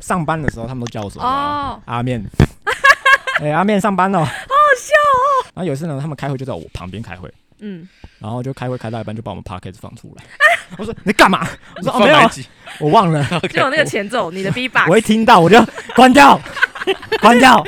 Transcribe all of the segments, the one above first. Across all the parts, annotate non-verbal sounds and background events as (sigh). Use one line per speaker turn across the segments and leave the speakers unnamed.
上班的时候他们都叫我什么？
哦
阿 (laughs) 面，哎、阿面上班哦，好好笑哦。然后有一次呢，他们开会就在我旁边开会， (laughs)
嗯，
然后就开会开到一半就把我们 p o c k e t 放出 (laughs) 来。我说你在干嘛？我说哦
放
没有
哪一
啊，
集？
我忘了。
(laughs)
就有那个前奏，你的 B box，
我一听到我就关掉，关掉。
啊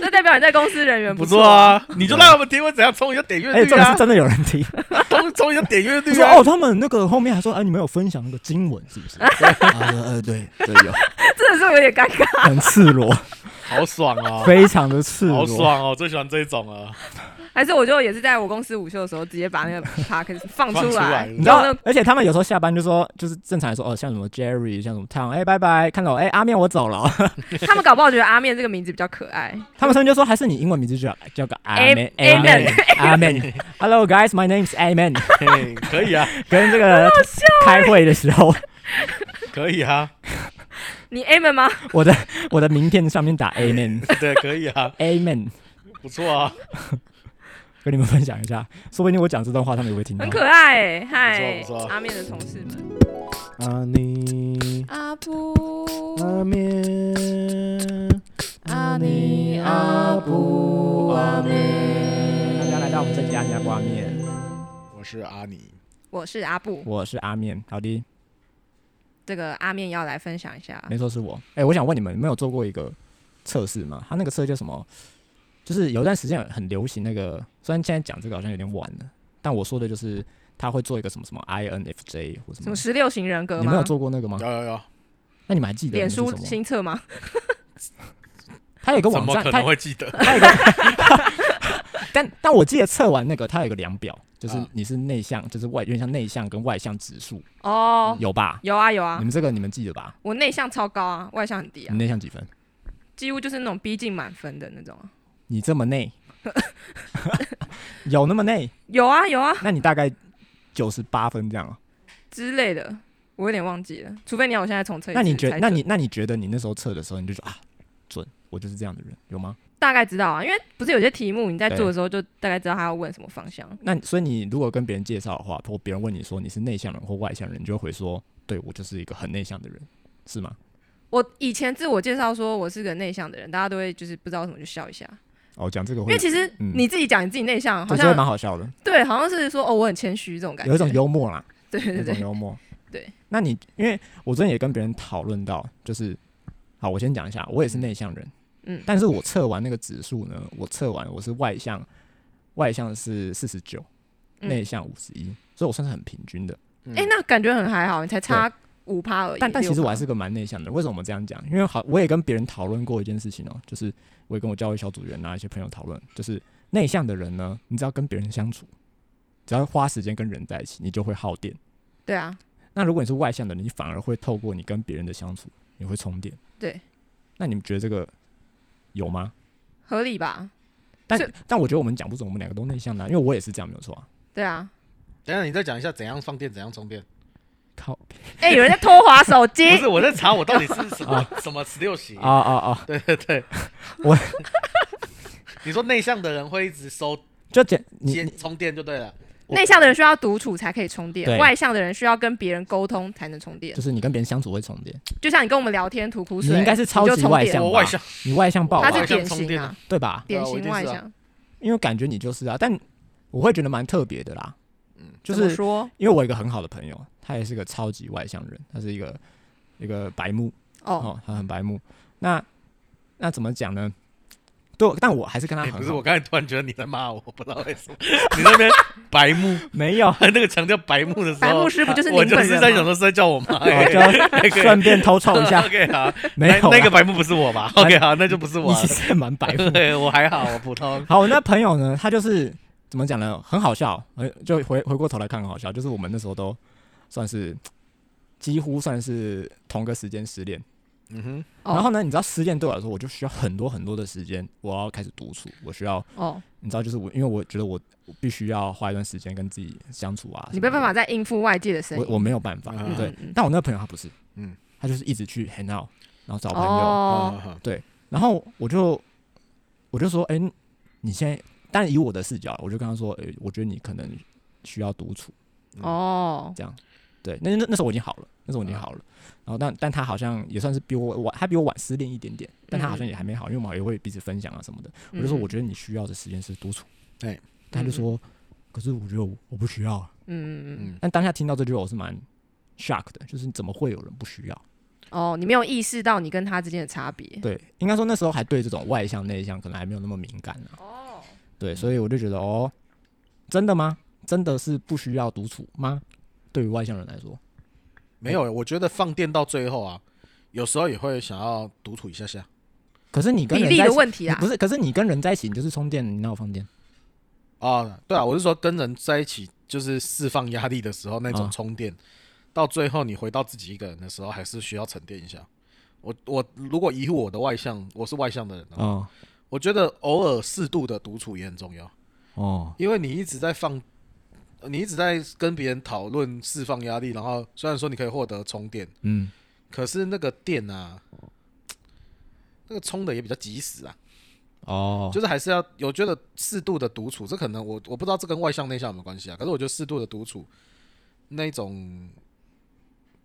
那代表你在公司人
嗯
缘
不
错
错。啊，你就让我们听，我怎样冲一下点阅
哎、
率
这个是
啊？
真的有人听。
冲冲一下点
就
阅率
说
啊 (laughs)
哦，！他们那个后面还说，哎，你们有分享那个经文是不是？呃呃，对，
这有，
真的是有点尴尬。
很赤裸，
好爽哦，
非常的赤
好
裸。
爽哦，最喜欢这一种了。
还是我就也是在我公司午休的时候，直接把那个 p o c a s t (laughs) 放
放
出
出
来
来，了
你知道
然后，
而且他们有时候下班就说，就是正常来说，哦，像什么 Jerry，像什么 Tom，哎、拜拜，看到我，哎、阿面我走了哦。
呢他们搞不好觉得阿面这个名字比较可
(laughs)
爱。
他们上面就说，还是你英文名字就叫叫个阿
Am-
面
Amen
a m e
哎
n Hello guys, my name is
(laughs)
Amen。
嘿可以啊，
跟这个
欸
开会的时候，
可以啊，
你 A 们吗？
我的我的名片上面打
(laughs)
Amen
对，可以啊，
Amen，
不错啊，
跟你们分享一下，说不定我讲这段话他们也会听到
很。可爱、欸，嗨
不错不，错
阿面的同事们。
阿尼
阿布，
面，
阿尼阿布阿面，
大家来到我们这集阿尼亚瓜面，
我是阿尼，
我是阿布。
我是阿面，好的。
这个阿面要来分享一下，
没错，是我。哎、我想问你们，没有做过一个测试吗？他那个测叫什么？就是有一段时间很流行那个，虽然现在讲这个好像有点晚了，但我说的就是他会做一个什么什么 INFJ 或什
什
么
么。十六型人格
你们有
吗？
做过那个吗？
有有有，
那你们还记得
脸
那是
书
什么？
新测吗？
它有一个
怎
网
么
站，
可
它
能会记
(laughs)
得？
它有一个，但但我记得测完那个，它有一个量表，就是
啊
你是内向，就是外，有点像内向跟外向指数，
哦，
有吧？
有啊有啊
你，们这个你们记得吧？
我内向超高啊，外向很低啊
你，内向几分？
几乎就是那种逼近满分的那种啊。
你这么内， (laughs) 有那么内？
有啊有啊
那你大概九十八分这样啊？
之类的，我有点忘记了，除非你要我现在重测一次
那
才准。
你觉那你那你觉得你那时候测的时候，你就说啊，准，我就是这样的人，有吗？
大概知道啊？因为不是有些题目你在
对
做的时候就大概知道他要问什么方向。
那所以你如果跟别人介绍的话，或别人问你说你是内向人或外向人，你就会回说，对我就是一个很内向的人，是吗？
我以前自我介绍说我是个内向的人，大家都会就是不知道什么就笑一下，
哦，讲这个
因
会，
为其实
嗯
你自己讲你自己内向，好
对这会
像
蛮好笑的，
对，好像是说哦我很谦虚这种感觉，
有一种幽默啦，
(laughs) 对
有
对
一种
对，
幽默。
对，
那你因为我之前也跟别人讨论到，就是好，我先讲一下，我也是内向人，
嗯
但是我测完那个指数呢，我测完我是外向，外向是四十九，
嗯
内向五十一，所以我算是很平均的。
嗯
哎、那感觉很还好，你才差五趴而已。
嗯但但其实
6%
我还是个蛮内向的人。为什么我这样讲？因为好，我也跟别人讨论过一件事情哦、就是我也跟我教会小组员啊一些朋友讨论，就是内向的人呢，你只要跟别人相处，只要花时间跟人在一起，你就会耗电。
对啊，
那如果你是外向的人，你反而会透过你跟别人的相处，你会充电。
对。
那你们觉得这个有吗？
合理吧？
但
是
但我觉得我们讲不准，我们两个都内向的啊、因为我也是这样，没有错啊。
对啊，
等一下你再讲一下怎样放电，怎样充电？
靠
哎、有人在偷滑手机
不，是，我在查我到底是什么什么十六型
啊。啊啊！
对对对，
我
你说内向的人会一直收
就简你
接充电就对了，我
内向的人需要独处才可以充
对
电，外向的人需要跟别人沟通才能充电
就。是你跟别人相处会充电，
就像你跟我们聊天吐苦水，
你应该是超级
你就充电
外向吧
我外向，
你外向爆
吧
啊，
他是
外向
典
充
型
电
啊
啊，
对吧？
典
我一
型
定
外
是啊
向。
因为感觉你就是啊，但我会觉得蛮特别的啦。嗯，就
怎么
是
说
因为我有一个很好的朋友，他也是个超级外向人，他是一个一个白目
哦，
哦，他很白目。那那怎么讲呢？对我，但我还是跟他
哎 (laughs)
很好。
不是，我刚才突然觉得你在骂我，我不知道为什么。你那边 (laughs) 白目，
没有，
那个强调白目的时
白
候
牧，师不就是您
我就
本
是在
人
想
吗？
说是在叫我妈。
我
哎
就顺便偷凑一下，
(laughs) OK 好，
没有
那那
啦
个白目不是我吧？OK 好，那就不是我啊
你
了。
其。实也蛮白目
(laughs) 对我还好，我普通。
好，我那朋友呢，他就是怎么讲呢？很好笑，呃，就回回过头来看很好笑，就是我们那时候都算是几乎算是同个时间失恋。
(laughs) 嗯哼，
哦
然后呢，你知道失恋对我来说，我就需要很多很多的时间，我要开始独处，我需要，
哦，
你知道，就是我，因为我觉得我我必须要花一段时间跟自己相处啊。
你没办法，再应付外界的声
我
音。
我没有办法。
嗯
对
嗯嗯，
但我那个朋友他不是，嗯
嗯，
他就是一直去 hang out，然后找朋友，
哦，
嗯，
然后我就我就说，哎、你现在，但以我的视角，我就跟他说，哎、我觉得你可能需要独处。
嗯
哦，
对，那那那时候我已经好了，那时候我已经好了。
嗯
然后但但他好像也算是比我晚，他比我晚失恋一点点，但他好像也还没好，因为我们也会彼此分享啊什么的。我就说
嗯
我觉得你需要的时间是独处，
对，
他就说，可是我觉得我我不需要啊。
嗯嗯嗯，
嗯，
但当下听到这句话我是蛮 shock 的，就是怎么会有人不需要？
哦，你没有意识到你跟他之间的差别。
对，应该说那时候还对这种外向内向可能还没有那么敏感啊。
哦，
对，所以我就觉得哦，真的吗？真的是不需要独处吗？对于外向人来说，
没有，我觉得放电到最后啊，有时候也会想要独处一下下。
可是你跟
比
人
例
在一
的
起，
问题
你
啊，
不是？可是你跟人在一起，你就是充电，你哪有放电？
啊，对啊，我是说跟人在一起就是释放压力的时候那种
啊
充电，到最后你回到自己一个人的时候，还是需要沉淀一下。我我如果以我的外向，我是外向的人、啊，
哦
我觉得偶尔适度的独处也很重要，
哦，
因为你一直在放，呃你一直在跟别人讨论释放压力，然后虽然说你可以获得充电，
嗯，
可是那个电啊，那个充的也比较及时啊，
哦，
就是还是要有觉得适度的独处，这可能我我不知道这跟外向内向有没有关系啊，可是我觉得适度的独处那一种，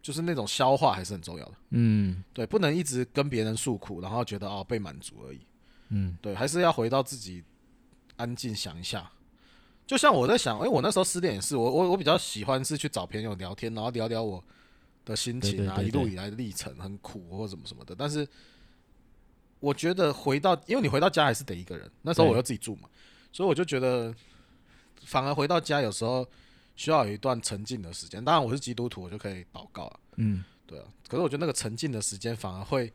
就是那种消化还是很重要的，
嗯
对，不能一直跟别人诉苦，然后觉得哦被满足而已，
嗯
对，还是要回到自己安静想一下。就像我在想，哎、我那时候失恋也是，我我我比较喜欢是去找朋友聊天，然后聊聊我的心情
对对
啊，
对
一路
对
以来的历程很苦或什么什么的。但是我觉得回到，因为你回到家还是得一个人，那时候
对
我又自己住嘛，所以我就觉得，反而回到家有时候需要有一段沉静的时间。当然我是基督徒，我就可以祷告啊，
嗯，
对啊，可是我觉得那个沉浸的时间反而会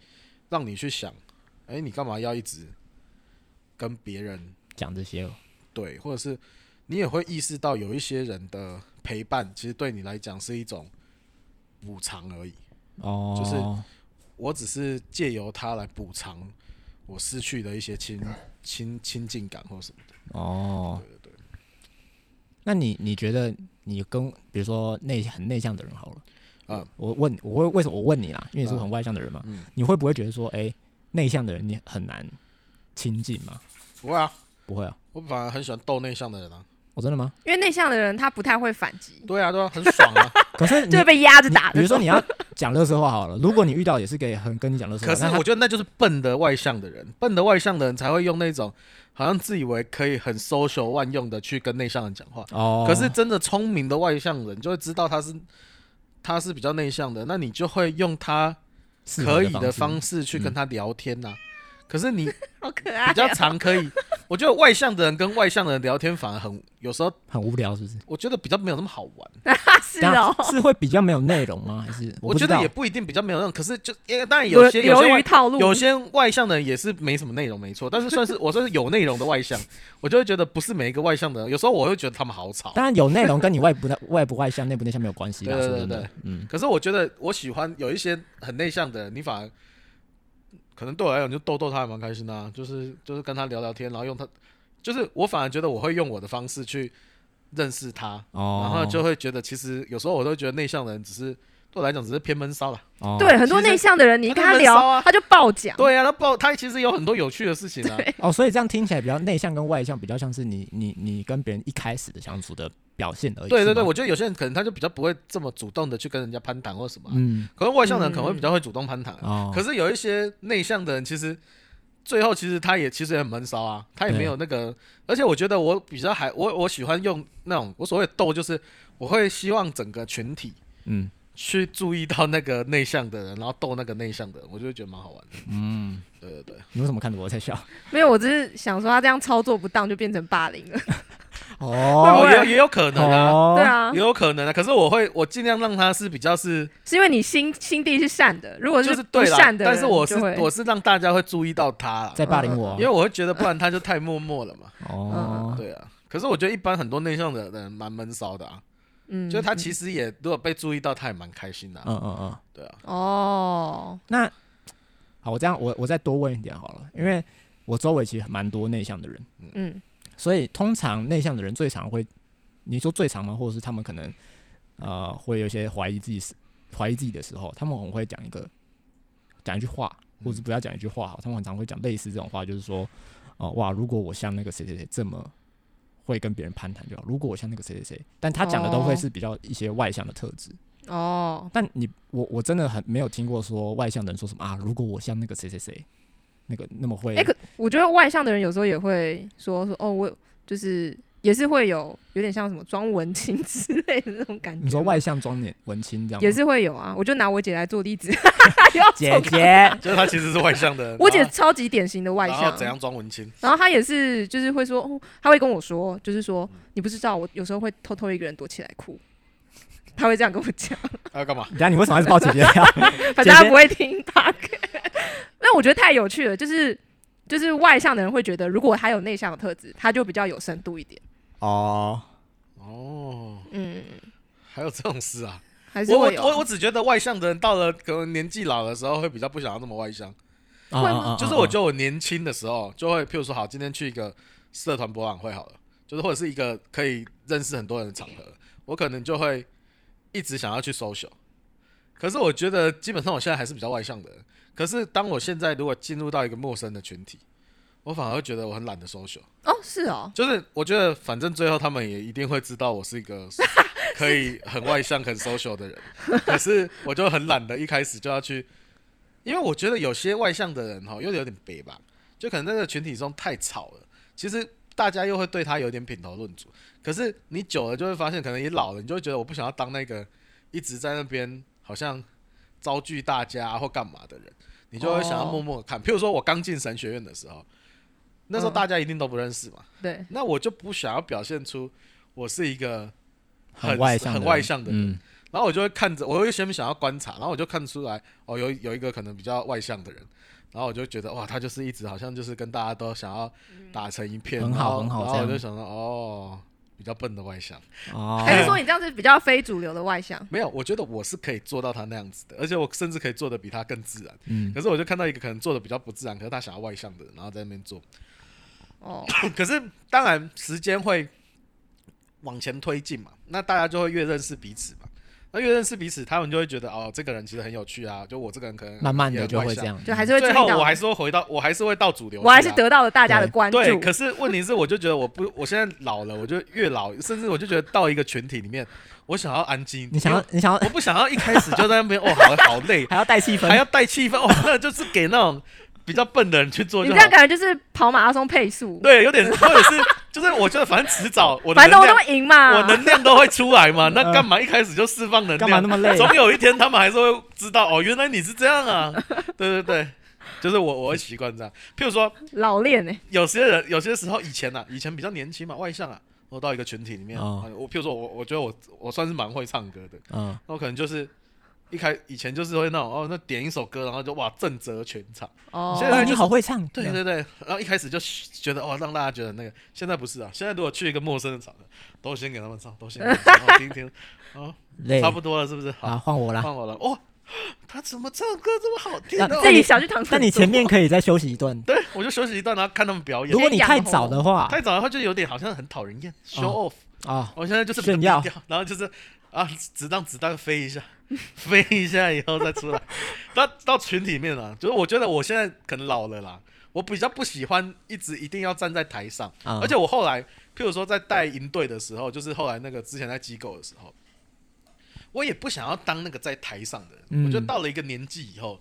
让你去想，哎、你干嘛要一直跟别人
讲这些哦，
对，或者是你也会意识到有一些人的陪伴，其实对你来讲是一种补偿而已。
哦，
就是我只是借由它来补偿我失去的一些亲亲亲近感或什么的。
哦，
对对对，
那你你觉得你跟比如说内很内向的人好了，
嗯
我问我会为什么我问你啦？因为你是
嗯
很外向的人嘛，
嗯
你会不会觉得说，哎、内向的人你很难亲近吗？
不会啊，
不会啊，
我反而很喜欢逗内向的人啊。
我、真的
(laughs)
吗？
因为内向的人他不太会反击，
对啊，对啊，很爽啊。
可是你
就会被压着打的。
比如说你要讲乐色话好了，如果你遇到也是给很跟你讲乐色话，
可是
那他
我觉得那就是笨的外向的人，笨的外向的人才会用那种好像自以为可以很 social 万用的去跟内向人讲话。
哦，
可是真的聪明的外向人就会知道他是他是比较内向的，那你就会用他
是
可以的
的
方
式
式去跟他聊天呐、可是你比
好可爱、
较
啊，
常 (laughs) 可以，我觉得外向的人跟外向的人聊天反而很有时候，
很无聊，是不是？
我觉得比较没有那么好玩。
(laughs) 是
等一下
哦，
是会比较没有内容吗？还
(laughs)
是
我
不知
觉得
道
也不一定比较没有那种，可是就因为当然有
流
些有
流
些外
于套路，
有些外向的人也是没什么内容，没错，但是
(laughs)
算是我算是有内容的外向，我就会觉得不是每一个外向的人，有时候我会觉得他们好吵。
当然有内容跟你外不内外不外向、内不内向没有关系啦。
(laughs) 对对
说真的
对对，
嗯，
可是我觉得我喜欢有一些很内向的人，你反而可能对我来讲就逗逗他还蛮开心的、啊，就是就是跟他聊聊天，然后用他，就是我反而觉得我会用我的方式去认识他，
哦，
然后就会觉得其实有时候我都觉得内向的人只是对我来讲只是偏
(laughs)
闷骚啦。
哦
对很多
其实
内向的人，你一跟
他
他
就闷
聊，
骚啊
他就爆讲。
对啊，他不他其实有很多有趣的事情啊。
对
哦，所以这样听起来比较内向跟外向比较像是你你你跟别人一开始的相处的表现而已。
对对
是
对，
吗
我觉得有些人可能他就比较不会这么主动的去跟人家攀谈或什么啊、
嗯
可能外向的人可能会比较会主动攀谈啊、
哦，
可
是
是有一些内向的人，其实最后其实他也其实也很闷骚啊，他也没有那个，而且我觉得我比较还我我喜欢用那种我所谓的逗，就是我会希望整个群体
嗯
去注意到那个内向的人，然后逗那个内向的人，我就会觉得蛮好玩的。
嗯，
对对对，
你为什么看着我在
(laughs)
笑？
没有，我只是想说他这样操作不当就变成霸凌了。
哦
会
也有也有可能啊。
哦，
(laughs) 对，啊
也，有可能啊，可是我会，我尽量让他是比较是，
是因为你心心地是善的，如果
就是
不
对啦
善。的人
但是我是
就会
我是让大家会注意到他啦，
在霸哦凌我
嗯因为我会觉得不然他就太默默了嘛。
哦，
对啊，可是我觉得一般很多内向的人蛮闷骚的啊，
嗯
就是他其实也如果被注意到，他也蛮开心的啊、
嗯嗯嗯，
对啊，
哦，
那好，我这样我我再多问一点好了，因为我周围其实蛮多内向的人，
嗯，
所以通常内向的人最常会，你说最常吗？或者是他们可能呃会有一些怀疑自己是怀疑自己的时候，他们很会讲一个讲一句话，或者是不要讲一句话好，他们很常会讲类似这种话，就是说，哦、哇，如果我像那个谁谁谁这么。会跟别人攀谈就好。如果我像那个谁谁谁，但他讲的都会
哦
是比较一些外向的特质，
哦，
但你我我真的很没有听过说外向的人说什么啊，如果我像那个谁谁谁，那个那么会，
哎、可我觉得外向的人有时候也会说说哦，我就是也是会有有点像什么装文青之类的那种感觉。
你说外向装年文青这样吗
也是会有啊，我就拿我姐来做例子，，
(laughs)
姐姐，
就是他其实是外向的
(laughs) 我姐
然后
超级典型的外
然
向啊
后，啊哦怎样装文青？
然后她也是就是会说，哦，她会跟我说，就是说
嗯
你不知道，我有时候会偷偷一个人躲起来哭，她会这样跟我讲，
他要干嘛？
等一下你为什么还是抱姐姐呀？
反正她不会听她。那我觉得太有趣了，就是就是外向的人会觉得，如果他有内向的特质，他就比较有深度一点。
(laughs) 哦，
哦，
嗯，
还有这种事啊！
还是
我我
会有
我我只觉得外向的人到了可能年纪老的时候会比较不想要那么外向，
啊
会
啊
吗
啊
就是我觉得我年轻的时候就会，譬如说好，今天去一个社团博览会好了，就是或者是一个可以认识很多人的场合，我可能就会一直想要去 social。可是我觉得基本上我现在还是比较外向的人，可是当我现在如果进入到一个陌生的群体，我反而会觉得我很懒得 social。
哦，是哦，
就是我觉得，反正最后他们也一定会知道我是一个 (laughs) 可以很外向、很 social 的人。可是我就很懒得一开始就要去，因为我觉得有些外向的人哈，又有点北吧，就可能那个群体中太吵了，其实大家又会对他有点品头论足。可是你久了就会发现，可能也老了，你就会觉得我不想要当那个一直在那边好像招聚大家或干嘛的人，你就会想要
哦
默默地看。譬如说我刚进神学院的时候，那时候
嗯
大家一定都不认识嘛。
对，
那我就不想要表现出我是一个
很外向的
很
人，
外向的人，
嗯，
然后我就会看着，我会先想要观察，然后我就看出来，哦，有有一个可能比较外向的人，然后我就觉得哇，他就是一直好像就是跟大家都想要打成一片，
很
然
好
后
很好
然
这
后我
样
就想到哦，比较笨的外向，哎
哦，
还是说你这样是比较非主流的外向？
没有，我觉得我是可以做到他那样子的，而且我甚至可以做的比他更自然。
嗯，
可是我就看到一个可能做的比较不自然，可是他想要外向的人，然后在那边做，
哦，
可是当然时间会往前推进嘛，那大家就会越认识彼此嘛。那越认识彼此，他们就会觉得哦，这个人其实很有趣啊，就我这个人可能
慢慢
也
的
很
就
外
会
向
这。样，
就还是会注
最
意
后
到
我还是会回到，我还是会到主流去啊、
我还是得到了大家的关注。
对。可是问题是，我就觉得我不，我现在老了，我就越老，甚至我就觉得到一个群体里面，我想要安静一点，
你想要
因为
你想要 (laughs)
我不想要一开始就在那边哦，好好累，
还要带气
还
氛，
要带气氛，哦，那就是给那种比较笨的人去做
你
就
这
好了
样。感觉就是跑马拉松配速，
对，有点，或者是就是我觉得反正迟早我的
反正
能
我
量
都会啊赢嘛。
我能量都会出来嘛，那
嗯
干嘛一开始就释放
(laughs)
能
干嘛
量
那？么累？啊嗯
总有一天他们还是会知道哦，原来你是这样啊！对对对，就是我我会习惯这样。譬如说，
老练欸呢，
有些人有些时候以前啊，以前比较年轻嘛，外向啊，我到一个群体里面，
哦
啊我譬如说我我觉得我我算是蛮会唱歌的，
嗯，
那我可能就是。一开以前就是会那种哦，那点一首歌，然后就哇震慑全场。
哦，
现在
哇，你
就是
好会唱，
对对对，然后一开始就觉得哇，哦让大家觉得那个。现在不是啊，现在如果去一个陌生的场合，都先给他们唱，都先给他们唱，我听一听。 (laughs) 哦，
累，
差不多了，是不 (laughs) 是？好，
啊，换我啦。
换我了。哇，他怎么唱歌这么好听
那 (laughs)
呢？ (laughs)
自己想去躺。
但你前面可以再休息一段，
对，我就休息一段，然后看他们表演
如。果你太早的话
太早的话就有点好像很讨人厌，show off。
啊，
我现在就是比较
炫耀
低调，然后就是啊，只让子弹飞一下， (laughs) 飞一下以后再出来。 (laughs) 到到群里面了，就是我觉得我现在可能老了啦，我比较不喜欢一直一定要站在台上。
啊
而且我后来，譬如说在带营队的时候，就是后来那个之前在机构的时候，我也不想要当那个在台上的人。
嗯
我觉得到了一个年纪以后，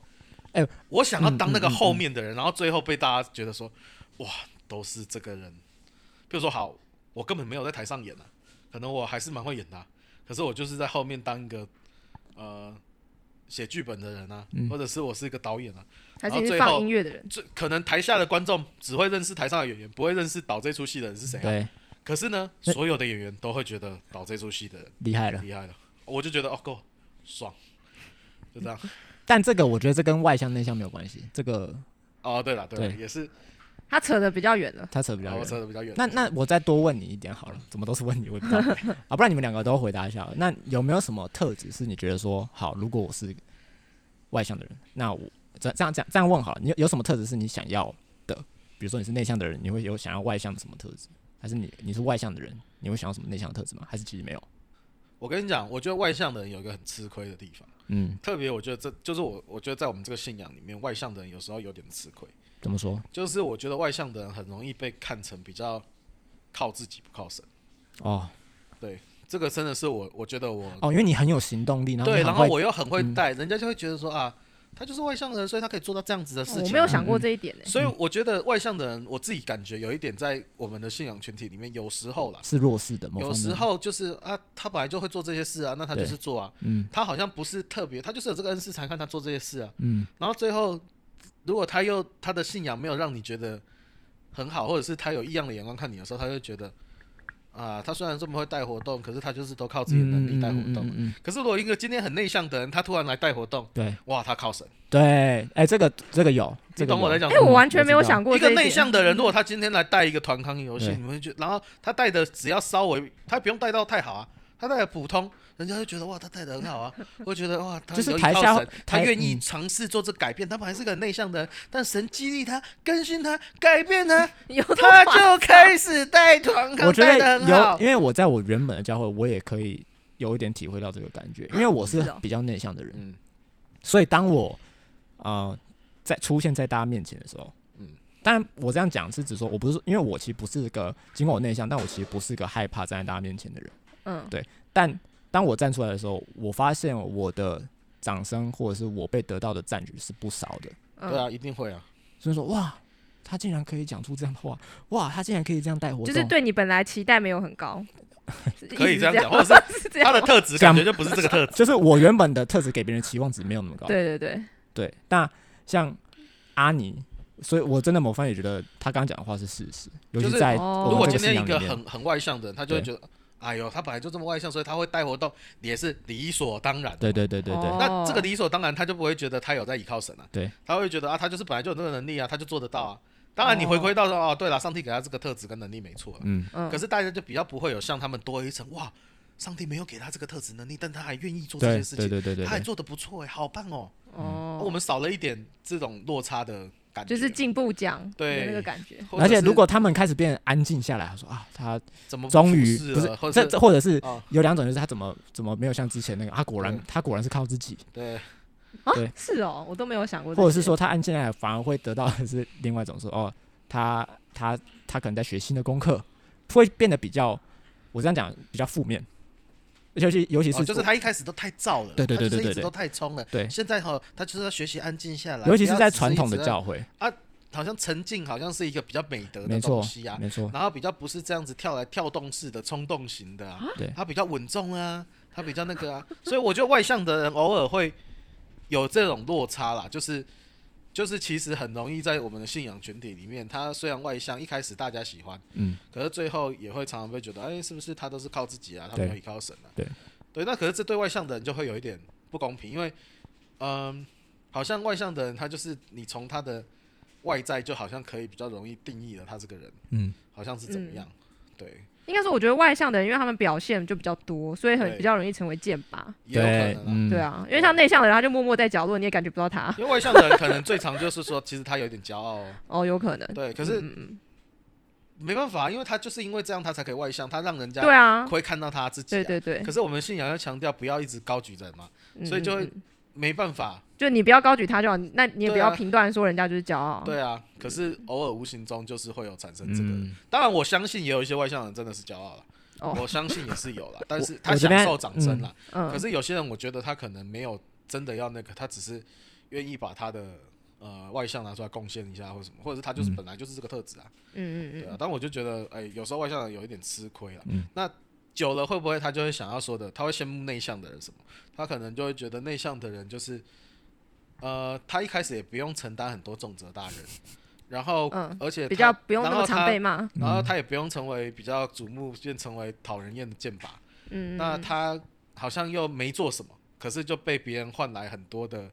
哎
我想要当那个
嗯嗯嗯
后面的人，然后最后被大家觉得说，哇，都是这个人。譬如说，好，我根本没有在台上演啊，可能我还是蛮会演的啊、可是我就是在后面当一个呃写剧本的人啊，
嗯
或者是我是一个导演啊，
还是你是放音乐的人，
这可能台下的观众只会认识台上的演员，不会认识导这出戏的人是谁
(laughs)
啊。
对，
可是呢，
那
所有的演员都会觉得导这出戏的人
厉害了。
厉
(laughs)
害了，我就觉得哦够爽，就
(laughs)
这样。
但这个我觉得这跟外向内向没有关系，这个
哦，对了对了，
对
也是
他扯的比较远了。
他扯比较
啊我
远。
扯的比较远。
那那我再多问你一点好了，怎么都是问你，我也不知道啊，不然你们两个都回答一下好了。那有没有什么特质是你觉得说好？如果我是外向的人，那我这这样这样这样问好了，你有有什么特质是你想要的？比如说你是内向的人，你会有想要外向的什么特质？还是你你是外向的人，你会想要什么内向的特质吗？还是其实没有？
我跟你讲，我觉得外向的人有一个很吃亏的地方，
嗯，
特别我觉得这就是我我觉得在我们这个信仰里面，外向的人有时候有点吃亏，
怎么说？
就是我觉得外向的人很容易被看成比较靠自己不靠神。
哦，
这个真的是我，我觉得我
哦，因为你很有行动力，然后
对，
你
然
很
后
会
我又很会
嗯
带，人家就会觉得说啊，他就是外向的人，所以他可以做到这样子的事情。啊
我没有想
嗯
过这一点呢、欸
所以我觉得外向的人，我自己感觉有一点在我们的信仰群体里面，有时候啦，
是弱势的某方
有
面，
时候就是啊，他本来就会做这些事啊，那他就是做啊，
嗯
他好像不是特别，他就是有这个恩赐才看他做这些事啊。
嗯
然后最后，如果他又他的信仰没有让你觉得很好，或者是他有异样的眼光看你的时候，他就觉得啊，他虽然这么会带活动，可是他就是都靠自己的能力带活动。
嗯嗯嗯嗯
可是如果一个今天很内向的人，他突然来带活动，
对
哇，他靠神，
对，哎、这个这个有，这
你
个
懂我在
有
讲
哎、
什么
我
吗？
完全没有
我知道
想过
一个嗯
这
内
点
向的人，如果他今天来带一个团康游戏，
对
你们会觉得，然后他带的只要稍微，他不用带到太好啊，他带的普通，人家就觉得哇，他带的很好啊， (laughs) 会觉得哇，他
就是
有一
台
套
下
神他
台
愿意
嗯
尝试做这改变，他本来是个很内向的人，但神激励他、更新他、改
(laughs)
变他，
(laughs) 有这么
他
夸
就开始带团康，
我觉
带
得
的很
有，
好。
因为我在我原本的教会，我也可以有一点体会到这个感觉，因为我是
是哦
比较内向的人，
嗯
所以当我呃在出现在大家面前的时候，
嗯
嗯，当然我这样讲是指说我不是因为我其实不是个，尽管我内向，但我其实不是个害怕站在大家面前的人。
嗯，
但当我站出来的时候，我发现我的掌声或者是我被得到的赞许是不少的，
嗯
对啊，一定会啊，
所以说哇，他竟然可以讲出这样的话，哇，他竟然可以这样带活动，
就是对你本来期待没有很高，是
(laughs) 可以
一直
这样讲
吗
或者
(laughs) 是这
啊
他
样
的
吗
特质感觉就不是这个特质。
就是我原本的特质给别人期望值没有那么高。
对对对，
对，那像阿尼，所以我真的某方面也觉得他刚刚讲的话是事实，尤
就
其
是
在
哦
我
如
们
果
这
今
个信
天一
仰
个
里面，
很很外向的人，他就会觉得，哎呦，他本来就这么外向，所以他会带活动也是理所当然的嘛。
对对对对对，
哦
那这个理所当然，他就不会觉得他有在倚靠神啊，
对，哦
他会觉得啊，他就是本来就有这个能力啊，他就做得到啊。当然，你回归到说哦，对了，上帝给他这个特质跟能力没错啊、
嗯，
嗯，
可是大家就比较不会有像他们多一层哇，上帝没有给他这个特质能力，但他还愿意做这些
对
事
对
情，
对对对
他还
对，
做得不错哎、好棒哦、
哦，
我们少了一点这种落差的感
就
觉，
是进步奖
对
的那个感觉，
或者
而且
是
如果他们开始变安静下来，他说啊，他
怎么
终于
服侍
不是
了或者
这
是
这或者是
啊，
有两种，就是他怎么怎么没有像之前那个，他果然
对
他果然是靠自己，
对，
啊
对，
是哦，我都没有想过这些，
或者是说他安静下来反而会得到的是另外一种说哦，他他他可能在学新的功课，会变得比较我这样讲比较负面，尤其尤其
哦
是
就是他一开始都太燥了，
对对对
他就是
对对
一直
对
都太冲了。
对
现在哈、他就是要学习安静下来，
尤其
不
是
要
在
只
传统的
一直在
教会，
好像沉浸好像是一个比较美德的
没错
东西啊，
没错，
然后比较不是这样子跳来跳动式的冲动型的啊，
对
它比较稳重啊，它比较那个啊， (laughs) 所以我觉得外向的人偶尔会有这种落差啦，就是就是其实很容易在我们的信仰群体里面，他虽然外向，一开始大家喜欢，
嗯，
可是最后也会常常被觉得，哎，是不是他都是靠自己啊，他
对
没有依靠神啊？
对，
对，那可是这对外向的人就会有一点不公平，因为，嗯，好像外向的人他就是你从他的外在就好像可以比较容易定义了他这个人，
嗯，
好像是怎么样？
嗯
对，
应该说，我觉得外向的人，因为他们表现就比较多，所以很
对
比较容易成为剑拔。
也有可能、啊。
嗯
对，啊，因为像内向的人，他就默默在角落，你也感觉不到他。
因为外向的人可能最常就是说，其实他有点
(laughs)
骄傲、哦，
哦，有可能。
对，可是
嗯嗯
没办法，因为他就是因为这样，他才可以外向，他让人
嗯
家
对啊，
会看到他自己、
对。对对，
可是我们信仰要强调不要一直高举人嘛，所以就会
嗯嗯嗯
没办法，
就你不要高举他就好，那你也不
对啊
要评断说人家就是骄傲。
对啊，可是偶尔无形中就是会有产生这个。
嗯，
当然，我相信也有一些外向人真的是骄傲了，
哦
我相信也是有
(laughs)
了，但是
我
他
我这
享
边
受掌声了。
嗯
可，是有些人，我觉得他可能没有真的要那个，他只是愿意把他的呃外向拿出来贡献一下，或什么，或者是他就是
嗯
本来就是这个特质啊，
嗯
对
嗯
啊
嗯。
但我就觉得，哎、有时候外向人有一点吃亏了。
嗯
那久了会不会他就会想要说的，他会羡慕内向的人什么？他可能就会觉得内向的人就是，呃，他一开始也不用承担很多重责大任，然后、
嗯
而且
比
他
较不用那
然
么
后
常
他
被骂，
然
嗯
后他也不用成为比较瞩目，变成为讨人厌的箭靶。
嗯，嗯
那
嗯
他好像又没做什么，可是就被别人换来很多的，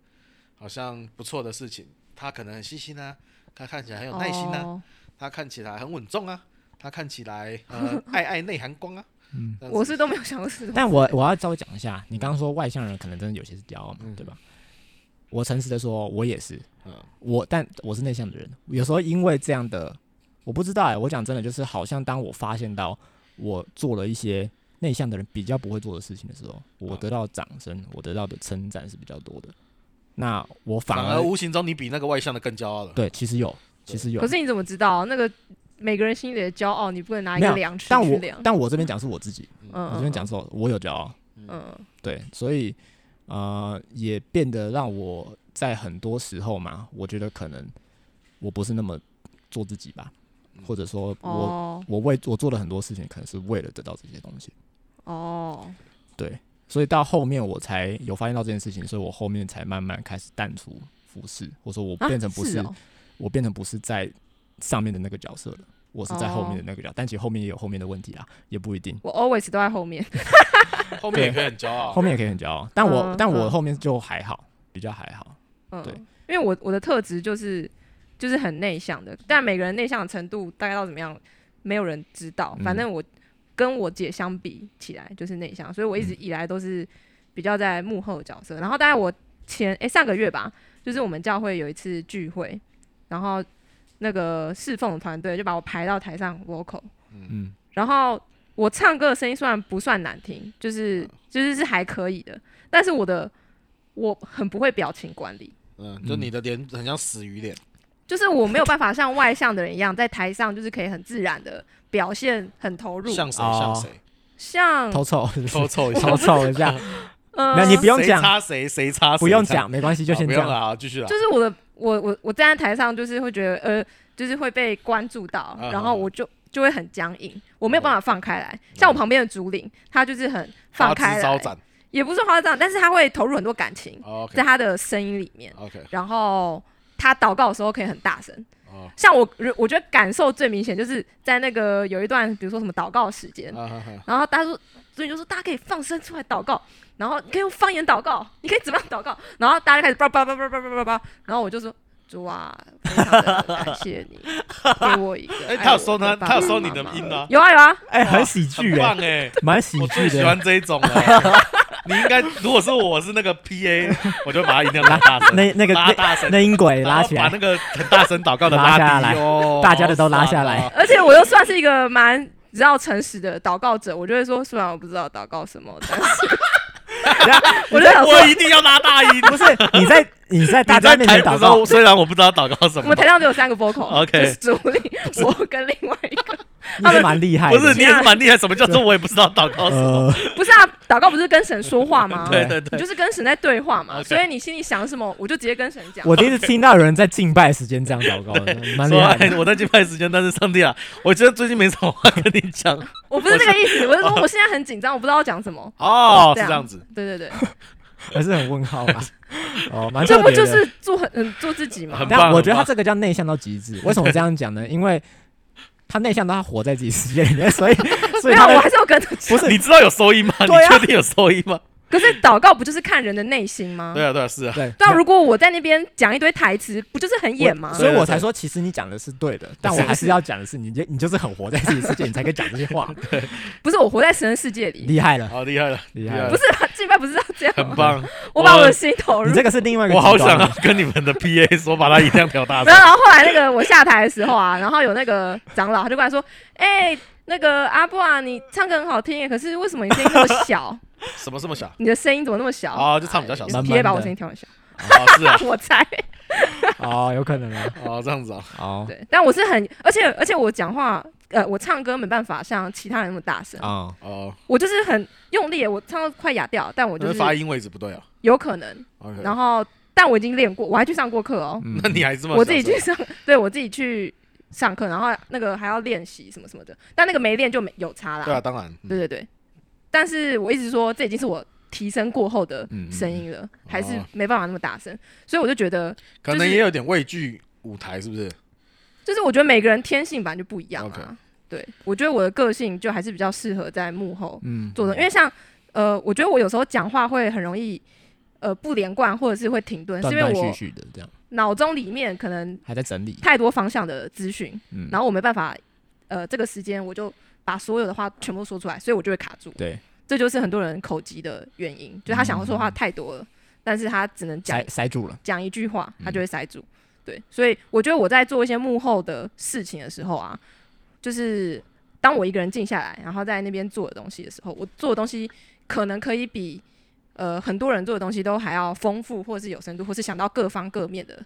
好像不错的事情。他可能很细心啊，他看起来很有耐心啊，
哦
他看起来很稳重啊，他看起来
(laughs)
呃爱爱内涵光啊。
嗯
这样子，
我是都没有想过是，
但我我要稍微讲一下，你刚刚说外向人可能真的有些是骄傲嘛
嗯，
对吧？我诚实的说，我也是，
嗯
我但我是内向的人，有时候因为这样的，我不知道哎、我讲真的，就是好像当我发现到我做了一些内向的人比较不会做的事情的时候，我
啊
得到掌声，我得到的称赞是比较多的。那我反
反
而
而无形中你比那个外向的更骄傲了。
(laughs) 对，其实有，其实有
可，是你怎么知道那个每个人心里的骄傲，你不能拿一
没
个
有
量尺
但
去
我
量。
但我这边讲是我自己，
嗯，
我这边讲是我我有骄傲，
嗯，
对，所以呃，也变得让我在很多时候嘛，我觉得可能我不是那么做自己吧，或者说我、
嗯哦
我为我做了很多事情，可能是为了得到这些东西，
哦，
对，所以到后面我才有发现到这件事情，所以我后面才慢慢开始淡出服饰，或者说我
啊
变成不
是
是,、
哦
我变成不是在上面的那个角色了。我是在后面的
哦
那个角色但其实后面也有后面的问题啦，啊也不一定。
我 always 都在后面。
后面也可以很骄傲
后。面也可以很骄傲，但我、
嗯
但我
嗯
后面就还好，比较还好。
嗯，
对，
因为我我的特质就是就是很内向的，但每个人内向的程度大概到怎么样，没有人知道。
嗯
反正我跟我姐相比起来就是内向，所以我一直
嗯
以来都是比较在幕后的角色。然后大概我前诶、上个月吧，就是我们教会有一次聚会，然后那个侍奉团队就把我排到台上 vocal，
嗯，
然后我唱歌的声音虽然不算难听，就是
嗯
就是是还可以的，但是我的我很不会表情管理。
嗯，就你的脸很像死鱼脸，
就是我没有办法像外向的人一样，在台上就是可以很自然的表现，很投入。
像谁
哦
像谁，
像
偷凑，
嗯偷凑一下
偷，凑一下，
呃，
那你不用
谁
讲
插谁谁插谁，
不用讲，没关系，
这
就
样，
先
好
这
不
样。
用了，好继续了。
就是我的我我我站在台上，就是会觉得呃，就是会被关注到，
嗯
然后我就就会很僵硬，我没有办法放开来。像我旁边的竹林，他就是很放
花
开哎
枝招
来，
展啊哦
也不是花枝招展，但是他会投入很多感情在
，OK
他的声音里面，
OK
然后他祷告的时候可以很大声。
哦，
像我，我觉得感受最明显就是在那个有一段，比如说什么祷告时间，
啊哈哈
然后大家说，所以就说大家可以放声出来祷告，然后你可以用方言祷告，你可以怎么样祷告，然后大家就开始叭叭叭叭叭叭叭叭，然后我就说主啊，非常的感谢你给我一个爱我的爸爸妈妈，
哎他有收他他有收你的音啊
有啊有啊，
哎，
哇
很喜
很
剧
棒
哎，
哎，
蛮喜
我最
剧
喜
的。
欢这一种
(laughs)
了。你应该，如果是我是那个 PA，我就把它音量拉大声，
那那个
拉
那
大声，
那音轨
然后
拉起
把
来
那，个很大声祷告的
拉下
低
来
哦，
大家的都拉
好爽
下来
哦
而且我又算是一个蛮你知道诚实的祷告者，我就会说虽然我不知道祷告什么，但是我就想说
我一定要拉大音。
不是你在你在大家
你
面
在
前
台
祷
不
告
知道，虽然我不知道祷告什
(laughs) 我
么
们，台上只有三个 vocal，
OK
就是主力，我跟另外一个，
你是蛮厉害
不是
的。
你也是蛮厉害。什么叫做我也不知道祷告什么？
呃，
不是啊，祷告不是跟神说话吗？ (laughs)
对对
你
对，
就是跟神在对话嘛，
OK
所以你心里想什么，我就直接跟神讲。
我第一次听到有人在敬拜时间这样
(laughs)
祷告的，蛮厉
说
害的。
哎，我在敬拜时间，但是上帝啊，我觉得最近没什么话跟你讲。
(laughs) 我不是这个意思，我是说我现在很紧张，我不知道要讲什么。
哦，
这样
是这样子，
对对
(laughs)
对，
还是很问号啊。哦，蛮
这
特
不
别
就
的。
是做很很做自己吗
很？棒
但我觉得他这个叫内向到极致。为什么这样讲呢？
(laughs)
因为他内向到他活在自己世界里面， (laughs) 所以所
没
以
有，
他
我
的
还是有跟着 (laughs) 讲。
不是
你知道有收益吗？你
对啊
确定有收益吗？
可是祷告不就是看人的内心吗？
对啊，对啊，是啊，
对
但如果我在那边讲一堆台词，不就是很演吗？
所以
对啊
我
对
才
对
说，其实你讲的是对
(laughs)
的，但我还是要讲的是，你就你就是很活在自己世界，你才可以讲这些
(laughs)
话，
不是我活在神的世界里，
厉害了。
好哦厉害了，
厉害了
不是 (laughs) 吧？敬拜不是要
(laughs)
这样吗
很棒。
我把我的心投入
你。这个是另外一个
我
极
好
端的，
想要啊跟你们的 PA 说，把他音量调大
没
声
(laughs) 有，。然后后来那个我下台的时候啊，然后有那个长老他就过来说：“哎、那个阿布啊，你唱歌很好听耶，可是为什么你声音那么小？
什么这么小？
你的声音怎么那么小？”
哦就唱比较小
你
慢慢
直接把
的
我声音调很小，
哦，是啊，
(laughs) 我猜。
哦，有可能
(laughs)
啊，
哦，这样子啊，
哦
对，但我是很，而且而且我讲话，呃，我唱歌没办法像其他人那么大声，
啊，
哦，
我就是很用力，我唱到快哑掉，但我
那
就是是
发音嗯位置不对啊。
有可能。
OK，
然后，但我已经练过，我还去上过课哦，
嗯
(laughs) 那你还啊这么
我自己
小声
去上，对我自己去上课，然后那个还要练习什么什么的，但那个没练就没有差啦。
对啊，当然，嗯
对对对，但是我一直说这已经是我提升过后的声音了，还是
嗯哦
没办法那么大声，所以我就觉得，
可
就
能
是
也有点畏惧舞台，是不是？
就是我觉得每个人天性本来就不一样啊。对，我觉得我的个性就还是比较适合在幕后
嗯，
做的，因为像呃，我觉得我有时候讲话会很容易呃不连贯，或者是会停顿，
嗯
是
断
因为
断
我
续续的这样，
脑中里面可能
还在整理，
太多方向的资讯，
嗯，
然后我没办法呃这个时间我就把所有的话全部说出来，所以我就会卡住。
对，
这就是很多人口疾的原因，就是他想要说话太多了，但是他只能讲
塞塞住了，
讲一句话，
嗯
他就会塞住。对，所以我觉得我在做一些幕后的事情的时候啊，就是当我一个人静下来，然后在那边做的东西的时候，我做的东西可能可以比呃很多人做的东西都还要丰富，或是有深度，或是想到各方各面的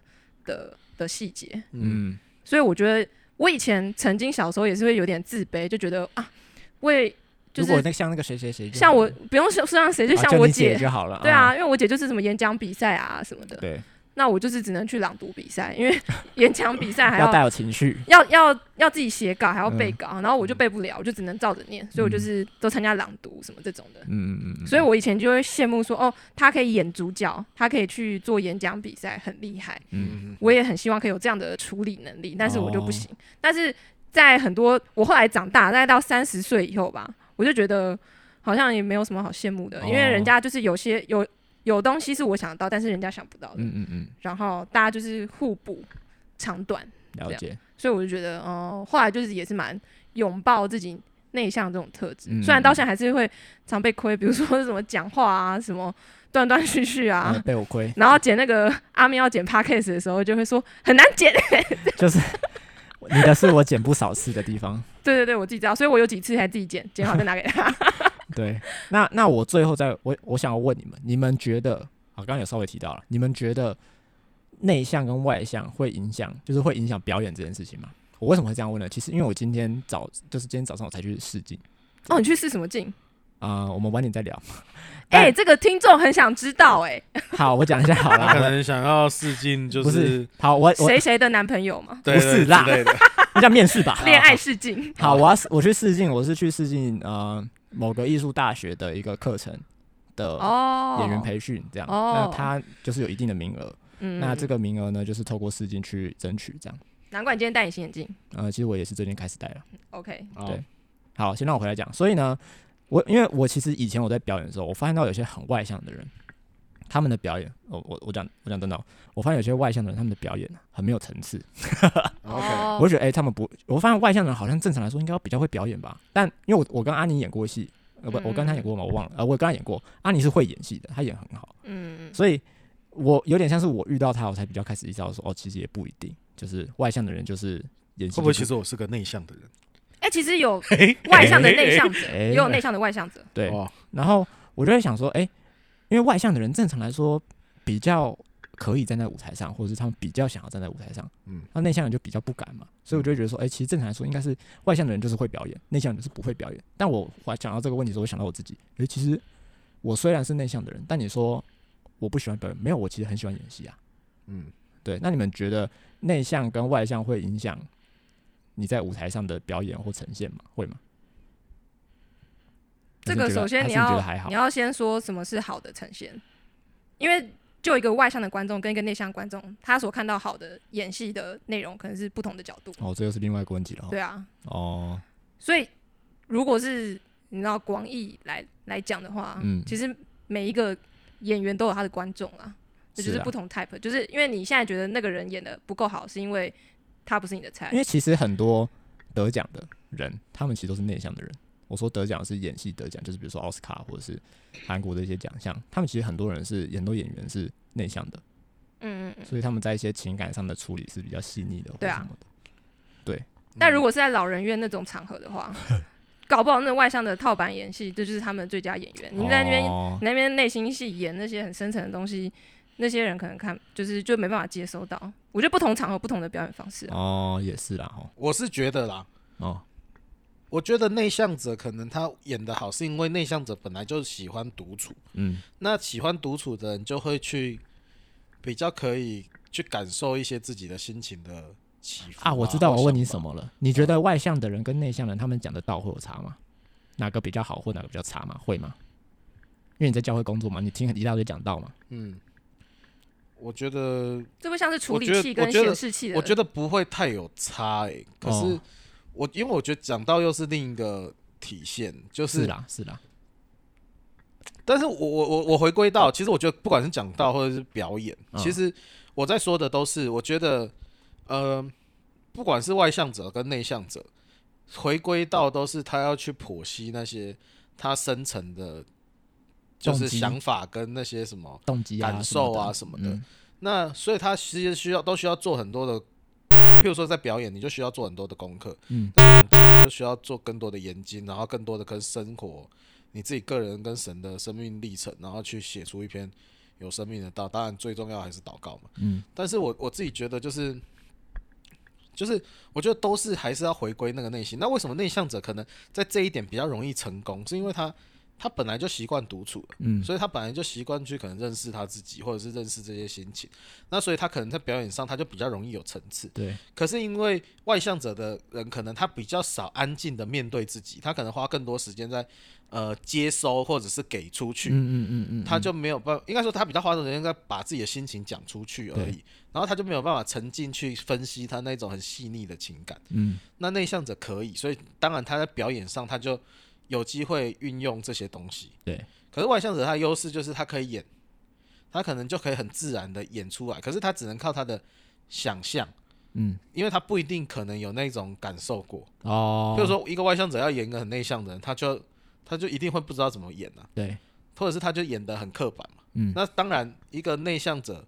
的的细节。
嗯，
所以我觉得我以前曾经小时候也是会有点自卑，就觉得啊，为就
如果
是
那像那个谁谁谁就好了，
像我不用像像谁，就
啊
像
就
我
你
姐，
就好了。嗯
对啊，，因为我姐就是什么演讲比赛啊什么的，
对，
那我就是只能去朗读比赛，因为 (laughs) 演讲比赛还
要
要
带有情绪。
要要要自己写稿，还要背
嗯
稿，然后我就背不了，我就只能照着念，所以我就是都参加朗读什么这种的。
嗯嗯嗯，
所以我以前就会羡慕说，哦，他可以演主角，他可以去做演讲比赛，很厉害。
嗯
嗯，
我也很希望可以有这样的处理能力，但是我就
哦
不行。但是在很多我后来长大，大概到三十岁以后吧，我就觉得好像也没有什么好羡慕的，因为
哦
人家就是有些有有东西是我想得到，但是人家想不到的，
嗯嗯嗯，
然后大家就是互补长短，
了
这样
解。
所以我就觉得，哦、后来就是也是蛮拥抱自己内向这种特质，
嗯
虽然到现在还是会常被亏，比如说什么讲话啊，什么断断续续啊。
呃被我亏，
然后剪那个阿咪要剪 podcast 的时候，就会说很难
(laughs)
剪。
就是你的是我剪不少次的地方。
对对对，我自己知道，所以我有几次还自己剪，剪好再
(laughs)
拿给他。
对，那那我最后再我我想要问你们，你们觉得啊，刚刚有稍微提到了，你们觉得内向跟外向会影响，就是会影响表演这件事情吗？我为什么会这样问呢？其实因为我今天早就是今天早上我才去试镜
哦，你去试什么镜？
啊、我们晚点再聊。
哎、
但
这个听众很想知道、哎，
好，我讲一下好
他可
了，
能想要试镜，就
不是好，我我
谁谁的男朋
(laughs)
友嘛？
对
不是
对
啦
之
(laughs)
类的，
我叫面试吧。
恋爱试镜。
好，我要我去试镜，我是去试镜呃某个艺术大学的一个课程的
哦，
演员培训这样。
哦
那他就是有一定的名额，
嗯
那这个名额呢，就是透过试镜去争取这样。
难怪你今天戴隐形眼镜。
呃，其实我也是最近开始戴了。
OK，
哦
对好，先让我回来讲。所以呢，我因为我其实以前我在表演的时候，我发现到有些很外向的人，他们的表演，我我我讲我讲真的哦，我发现有些外向的人他们的表演啊很没有层次。
，OK，
哦
我就觉得哎、他们不，我发现外向的人好像正常来说应该要比较会表演吧，但因为我我跟阿宁演过戏，呃不，我跟他演过嘛，我忘了，呃我跟他演过，阿宁是会演戏的，他演很好，
嗯，
所以我有点像是我遇到他，我才比较开始意识到说，哦，其实也不一定，就是外向的人就是演戏
会不会其实我是个内向的人？
哎、其实有外向的内
(laughs)
向者，
(laughs) 哎
也有内向的外向者。
对，
哦，
然后我就会想说，哎、因为外向的人正常来说比较可以站在舞台上，或者是他们比较想要站在舞台上，
嗯，
那内向人就比较不敢嘛，所以我就会觉得说，哎、其实正常来说应该是外向的人就是会表演，内向人就是不会表演。但我我讲到这个问题的时候，我想到我自己，哎、其实我虽然是内向的人，但你说我不喜欢表演，没有，我其实很喜欢演戏啊。
嗯，
对，那你们觉得内向跟外向会影响你在舞台上的表演或呈现吗？会吗？
这
还
个
是觉得
首先
还
你
是觉
要
得还哎好
你，要先说什么是好的呈现，因为就一个外向的观众跟一个内向观众，他所看到好的演戏的内容可能是不同的角度。
哦，这又是另外一个问题了哦。
对啊，
哦，
所以如果是你知道广义来来讲的话，
嗯
其实每一个演员都有他的观众啊，这就是是
啊
不同 type，就是因为你现在觉得那个人演的不够好，是因为他不是你的菜
因。为其实很多得奖的人，他们其实都是内向的人。我说得奖是演戏得奖，就是比如说奥斯卡或者是韩国的一些奖项，他们其实很多人是很多演员是内向的，
嗯嗯嗯。
所以他们在一些情感上的处理是比较细腻的或
对啊
什么的。
嗯
但如果是在老人院那种场合的话， (laughs) 搞不好那外向的套版演戏，这就是他们最佳演员。你在那边、
哦
你那边内心戏演那些很深层的东西，那些人可能看就是就没办法接收到。我觉得不同场合不同的表演方式、啊。
哦，也是啦，哦
我是觉得啦，
哦，
我觉得内向者可能他演的好，是因为内向者本来就喜欢独处，
嗯
那喜欢独处的人就会去比较可以去感受一些自己的心情的起伏
啊，我知道我问你什
么。
么了，你觉得外向的人跟内向人他们讲的道会有差吗？哪个比较好或哪个比较差吗？会吗？因为你在教会工作嘛，你听一大堆讲道嘛，
嗯，我觉得，
这不像是处理
我觉
器
得
跟
我觉得
显示器的，
我觉得不会太有差诶、可是
哦
我，因为我觉得讲到又是另一个体现，就是，
是啦是啦，
但是我我我我回归到，其实我觉得不管是讲到或者是表演，
嗯
其实我在说的都是，我觉得，呃，不管是外向者跟内向者，回归到都是他要去剖析那些他深层的，就
动
是
机
想法跟那些什么。
动机啊、
感受啊什么的
嗯
那所以他其实需要都需要做很多的，譬如说在表演，你就需要做很多的功课，
嗯，
就需要做更多的研究，然后更多的跟生活，你自己个人跟神的生命历程，然后去写出一篇有生命的道。当然，最重要还是祷告嘛。
嗯，
但是我我自己觉得就是，就是我觉得都是还是要回归那个内心。那为什么内向者可能在这一点比较容易成功，是因为他他本来就习惯独处了，
嗯
所以他本来就习惯去可能认识他自己，或者是认识这些心情。那所以他可能在表演上他就比较容易有层次。
对，
可是因为外向者的人，可能他比较少安静的面对自己，他可能花更多时间在呃接收或者是给出去。
嗯嗯嗯嗯，
他就没有办法，应该说他比较花的时间在把自己的心情讲出去而已，然后他就没有办法沉浸去分析他那种很细腻的情感。
嗯
那内向者可以，所以当然他在表演上他就有机会运用这些东西。
对，
可是外向者他的优势就是他可以演，他可能就可以很自然的演出来，可是他只能靠他的想象，
嗯
因为他不一定可能有那种感受过。
哦，
比如说一个外向者要演一个很内向的人，他就他就一定会不知道怎么演啊。
对，
或者是他就演的很刻板嘛。
嗯
那当然，一个内向者，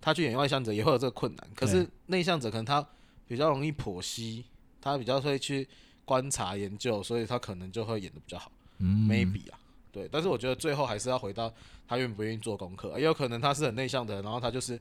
他去演外向者也会有这个困难。可是内向者可能他比较容易剖析，他比较会去观察研究，所以他可能就会演的比较好、
嗯
m a y b e 啊。对，但是我觉得最后还是要回到他愿不愿意做功课，也有可能他是很内向的，然后他就是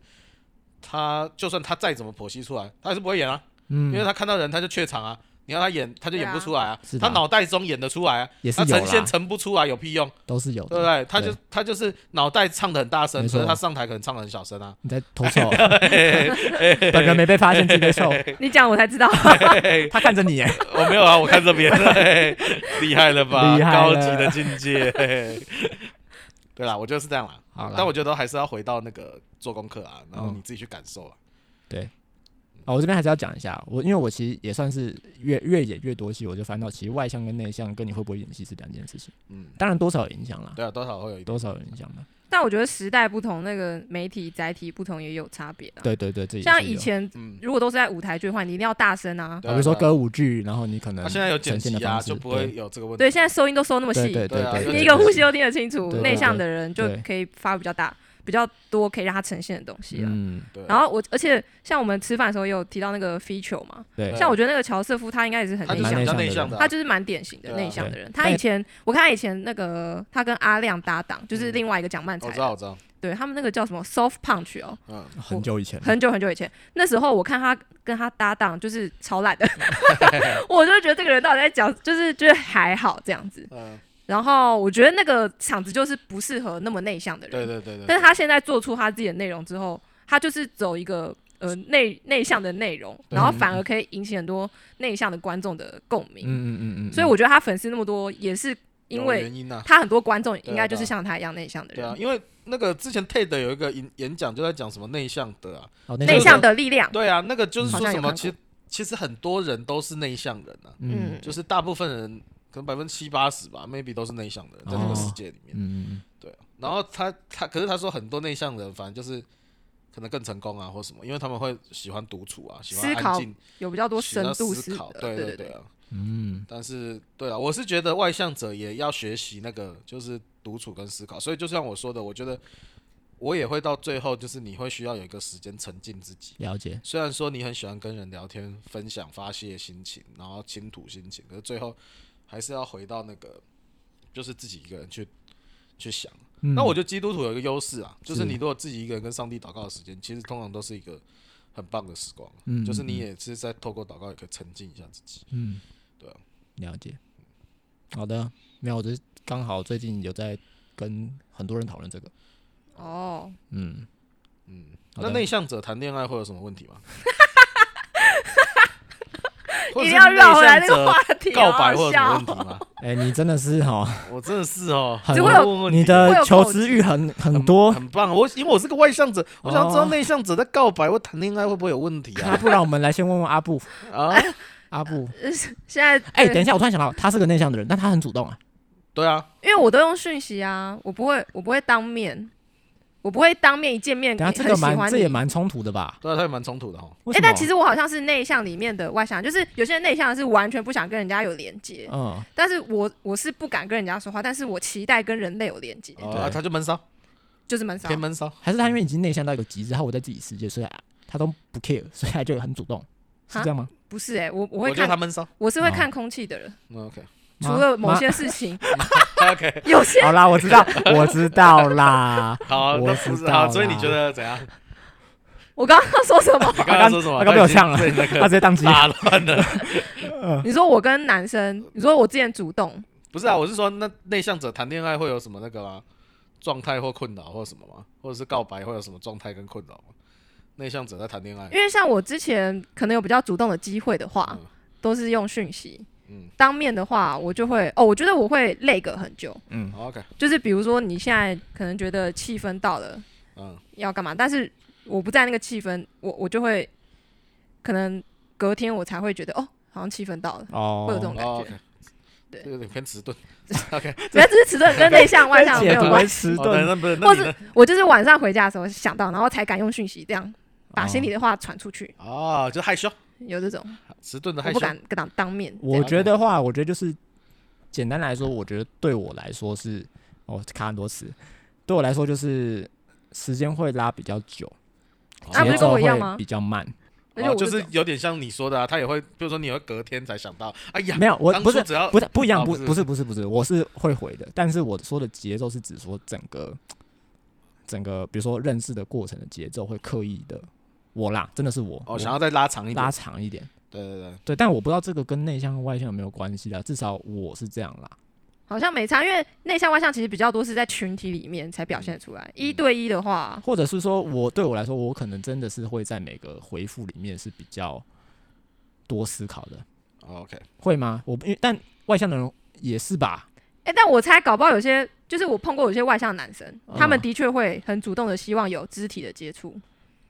他就算他再怎么剖析出来，他还是不会演啊，因为
嗯，
他看到人他就怯场啊，你要他演他就演不出来啊，
是的
他
啊
脑袋中演得出来啊，
也
他
是有
呈现
啦，哦
呈不出来有屁用？
都是有
对啊不
的，
对？他就他就是脑袋唱的很大声，
没
可
错
是他上台可能唱的很小声啊。 (laughs)
你在偷笑，本人没被发现，自己被
(laughs)
臭，
你讲我才知道， (laughs)
他看着你耶，
我没有啊，我看这
(laughs)
边，嘿嘿厉害了吧？
厉害
高
了
级的境界。 (laughs) 嘿嘿对啦，我觉得是这样啦。
好啦
但我觉得还是要回到那个做功课啊，然后
嗯
你自己去感受啊。
哦，我这边还是要讲一下，我因为我其实也算是越越演越多戏，我就翻到其实外向跟内向跟你会不会演戏是两件事情，
嗯，
当然多少有影响啦，
对啊，多少会有一点。
多少有影响啦，
但我觉得时代不同，那个媒体载体不同也有差别啊。
对对对，这也
像
是
以
有
前
嗯，
如果都是在舞台剧的话，你一定要大声啊。
对啊
比如说
对啊
歌舞剧，然后你可能
他现在有
呈
剪
现
辑
的
啊，
方式
就不
(laughs)
会有这个问题。
对，现在收音都收那么
对
细，
对对
对啊
对，
有
对
你
剪
一个
辑
呼吸都听得清楚
对，
内向的人就
对
可以发比较大、比较多可以让他呈现的东西了。
嗯，
对啊，
然后我，而且像我们吃饭的时候也有提到那个 feature 嘛，
对，
像我觉得那个乔瑟夫他应该也是很
他
内
就是
蛮
向
比
内
的，
较
向的
内向
人
的啊
他。就是蛮典型的
对啊
内向的人。他
但
以前我看他以前那个他跟阿亮搭档，就是另外一个蒋曼才
嗯哦我知
的，
道，我知道。
对他们那个叫什么 soft punch 哦，
嗯，
很久以前了，
很久很久以前，那时候我看他跟他搭档就是超懒的， (laughs) 我就觉得这个人到底在讲，就是觉得还好这样子。
嗯，
然后我觉得那个场子就是不适合那么内向的人，
对对对对。
但是他现在做出他自己的内容之后，他就是走一个呃内内向的内容，
嗯
对
然后反而可以引起很多内向的观众的共
嗯
鸣。
嗯嗯嗯，
所以我觉得他粉丝那么多，也是因
有
为
原因啊，
他很多观众应
对啊
该
对
就
啊
是像他一样内向的
对
人，
啊，因为那个之前 TED 有一个演演讲就在讲什么内向的啊，
我
内向的力量。
对啊，那个就是
嗯好
说
像有
什么，
看
其实其实很多人都是内向人啊，
嗯
嗯
就是大部分人可能百分之七八十吧，maybe 都是内向的人，在这个
哦
世界里面，
嗯
对啊。然后他他可是他说很多内向人，反正就是可能更成功啊，或什么，因为他们会喜欢独处啊，喜欢
思考
安静，
有比较多
喜欢
深度
思考，对
对
对啊。
嗯
但是对啊，我是觉得外向者也要学习那个就是独处跟思考，所以就像我说的，我觉得。我也会到最后，就是你会需要有一个时间沉浸自己，
了解，
虽然说你很喜欢跟人聊天、分享、发泄心情，然后倾吐心情，可是最后还是要回到那个，就是自己一个人去去想。
那
那我觉得基督徒有一个优势啊，就是
嗯是
你如果自己一个人跟上帝祷告的时间，其实通常都是一个很棒的时光，
嗯
就是你也是在透过祷告也可以沉浸一下自己。
嗯，
对啊
了解。好的，没有，我就是刚好最近有在跟很多人讨论这个，
哦，
嗯，
嗯，
好
那
的
内向者谈恋爱会有什么问题吗？或
一定
者是
要绕回来那个
内向者
话题，
告
好
白
好
会有什么
笑哦
问题吗？
哎，你真的是哦，
我真的是哦，
很
只会有
问问
你
题
会
的
有
求
口
知欲很很 (laughs)
很
多，
很棒。我因为我是个外向者，我想知道
哦
内向者在告白或谈恋爱会不会有问题
那 (laughs)
啊？
不然我们来先问问阿布，
啊，
阿布，
(laughs) 现在呃
哎，
对
等一下，我突然想到，他是个内向的人，但他很主动啊，
对啊，
因为我都用讯息啊，我不会，我不会当面，我不会当面一见面
等下
哎很
这个
喜欢
蛮这
你
也蛮冲突的吧？
对啊，他也蛮冲突的哈。
为
哎、
什
但
么
其实我好像是内向里面的外向，就是有些人内向是完全不想跟人家有连接，
嗯，
但是我我是不敢跟人家说话，但是我期待跟人类有连接，
哦
对
啊，他就闷骚，
就是蛮少
偏。闷骚。
还是他因为已经内向到一个极致，然后我在自己世界，所以啊他都不 care，所以他就很主动，是这样吗？
不是哎、我我
我
会
觉得
看，
他闷骚。
我是会看空气的人，
嗯 OK
除
妈
了某
哦妈
些事情，
OK，
有些
好啦，我知道，我知道啦。 (laughs)
好，
我
那
知
不是
道
好，所以你
啦
觉得怎样？
我刚刚说什
(laughs)
么？
你刚刚说什么？
他刚他刚被我呛了
对那
他直
个
接当
(laughs)
机。
打乱了。
你说我跟男生，你说我之前主动，
不是啊，我是说那内向者谈恋爱会有什么那个吗？状态或困扰或什么吗？或者是告白会有什么状态跟困扰吗？内向者在谈恋爱，
因为像我之前可能有比较主动的机会的话，
嗯
都是用讯息。
嗯
当面的话，我就会哦，我觉得我会累个很久。
嗯，
好，OK，哦
就是比如说你现在可能觉得气氛到了
嗯，
要干嘛，但是我不在那个气氛，我我就会可能隔天我才会觉得哦，好像气氛到
(laughs)
了。
哦，
会有这种感觉
哦，OK，
对
这有点偏
(laughs)
迟钝。OK，
主要只是迟钝跟内向外向没
解
有
读
关
为
系。
迟
哦对
钝，
那不是，那
或
你呢
是？我就是晚上回家的时候想到，然后才敢用讯息这样
哦
把心里的话传出去，
哦，就害羞，
有这种
迟钝的
我
害
不
羞。
敢跟他当面。
我觉得话，我觉得就是简单来说，我觉得对我来说是，哦，卡很多词，对我来说就是时间会拉比较久，
啊
节
不是跟
奏
我一样
会
吗
比较慢。
那就
哦，
我
就
就是走
有点像你说的啊，他也会，比如说你会隔天才想到，哎呀，
没有，我
当
不
初
是
只要
不是不一样，
哦
不
不是
不是不是不是，我是会回的，但是我说的节奏是指说整个整个，比如说认识的过程的节奏会刻意的，我啦，真的是我，
哦，
我
想要再拉长一点
拉，长一点，
对对对，
对，但我不知道这个跟内向和外向有没有关系啦，啊至少我是这样啦，
好像没差，因为内向外向其实比较多是在群体里面才表现出来。一对一的话，
或者是说我对我来说，我可能真的是会在每个回复里面是比较多思考的，
哦，OK，
会吗？我不因为但外向的人也是吧，
哎、但我猜搞不好有些就是我碰过有些外向男生，
嗯
他们的确会很主动的希望有肢体的接触，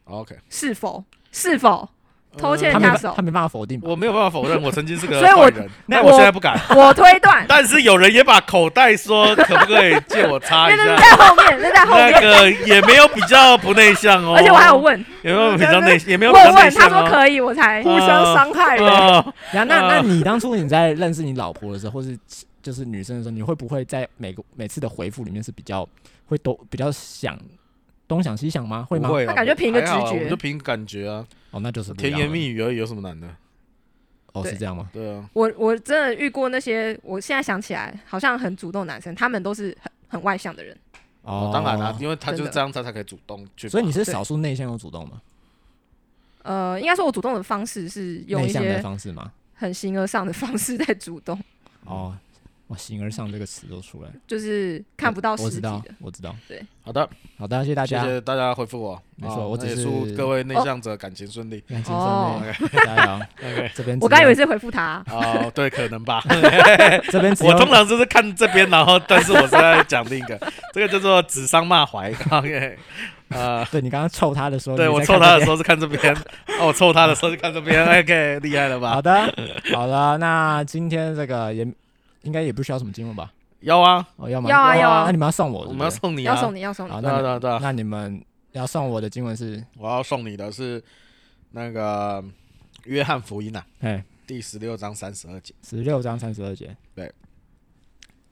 哦，OK，呃
是否？是否？偷牵
他
人
没
家
办
手
他没办法否定吧，
我没有办法否认，我曾经是个
(laughs) 所以我
坏人，
那
但我
我
现在不敢。，
我推断
(laughs) 但是有人也把口袋说，可不可以借我
因
擦
为
一
那是 (laughs)
下？
在后面，那是在后
那
面，
个也没有比较不内向哦，
而且我还有问
有没有比较内，也没有比较
问
内
问，他
向
说
哦。
可以，我才
嗯
互相伤害的。
哦，
然后那
呃
那
啊
你当初你在认识你老婆的时候，或是就是女生的时候，你会不会在每个每次的回复里面是比较会都比较想东想西想吗？会吗？
不会啊，
他感觉凭一个直
还好啊我们
觉
就凭感觉啊，
哦，那就是
甜言蜜
语
语而已，有什么难的？
哦，是
对
这样吗？
对啊，
我，我真的遇过那些，我现在想起来好像很主动的男生，他们都是很很外向的人，
哦，
当然啦，。因为他就是
真的
这样，他才可以主动去吧。
所以你是
对
少数内向又主动吗？
呃，应该说我主动的方式是用
内
一
向的
些
方式吗？
很形而上的方式在主动，
哦，哇，形而上这个词都出来了，
就是看不到
我
实
知
际
道
的。，
我知道。
好的，
好的，谢谢大
谢
家，
谢大家回复我。
没错
哦
我
那
只
也
是
祝各位内向者感情顺
(laughs)
利。
(laughs) 感情
哦
上 (laughs) 加油。
(laughs) OK，
这边
我刚以为是回复他、啊
哦，对，可能
(laughs)
吧。
这边只
我
有
通常就是看这边，然后但是我是在讲另一个，这个叫做指桑骂槐。OK，呃，
(laughs) 对你刚刚臭他的时候，
对
哦你
我
在
凑
看
他
这
的
边
时候是看
(laughs)
这边，哦，我凑他的时候是看这边。OK，厉害了吧
好？的，好的，那今天这个也应该也不需要什么经文吧？
要啊，
哦，要吗？
要啊
哦
要啊
那你们要送我是
我
不是，
们要送你啊，
要送你，要送你
好，
对啊，对
那
啊，对啊，
那你们要送我的经文是，
我要送你的是那个《约翰福音》啊，
哎，
第十六章三十二节。
十六章三十二节，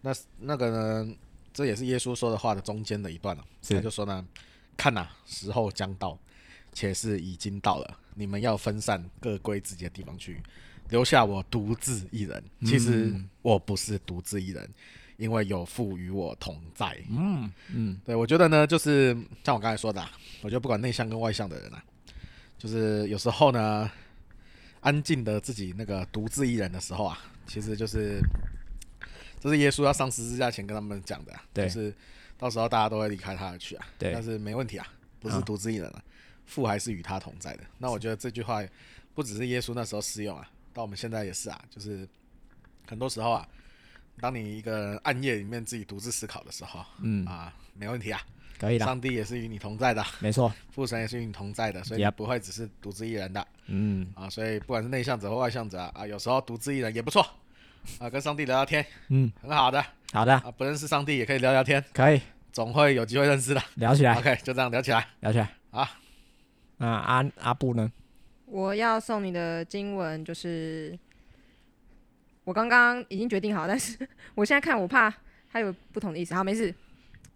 那那个呢，这也是耶稣说的话的中间的一段了、啊他就说呢，看呐、时候将到，且是已经到了，你们要分散，各归自己的地方去，留下我独自一人。其实
嗯
我不是独自一人，因为有父与我同在。
嗯嗯，
对，我觉得呢，就是像我刚才说的、啊，我觉得不管内向跟外向的人啊，就是有时候呢，安静的自己那个独自一人的时候啊，其实就是这是耶稣要上十字架前跟他们讲的啊、
对
就是到时候大家都会离开他而去啊，
对
但是没问题啊，不是
啊
独自一人啊，父还是与他同在的。那我觉得这句话不只是耶稣那时候适用啊，到我们现在也是啊，就是很多时候啊，当你一个暗夜里面自己独自思考的时候，
嗯
啊，没问题啊，
可以啦，
上帝也是与你同在的， (laughs)
没错，
父神也是与你同在的，所以
Yep
你不会只是独自一人的
嗯
啊。所以不管是内向者或外向者啊，啊有时候独自一人也不错啊，跟上帝聊聊天
嗯，
很好的啊，
好的，
不认识上帝也可以聊聊天，
可以
总会有机会认识的。
聊起来，
OK，就这样聊起来
聊起来。
啊。
那阿阿布呢？
我要送你的经文就是，我刚刚已经决定好，但是我现在看我怕它有不同的意思。好，没事，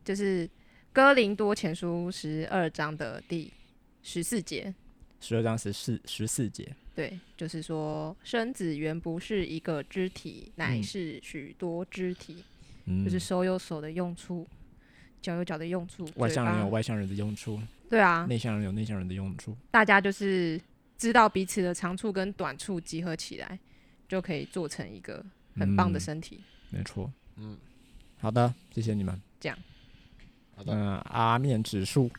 就是《哥林多前书》十二章的第十四节，
十二章十四十四节，
对，就是说身子原不是一个肢体，乃
嗯
是许多肢体，
嗯
就是手有手的用处，脚有脚的用处，
外
嘴
向人
巴
有外向人的用处，
对啊，
内向人有内向人的用处。
大家就是知道彼此的长处跟短处集合起来，就可以做成一个很棒的
嗯
身体。
没错，
嗯，
好的，谢谢你们。
好的，
嗯，阿面指数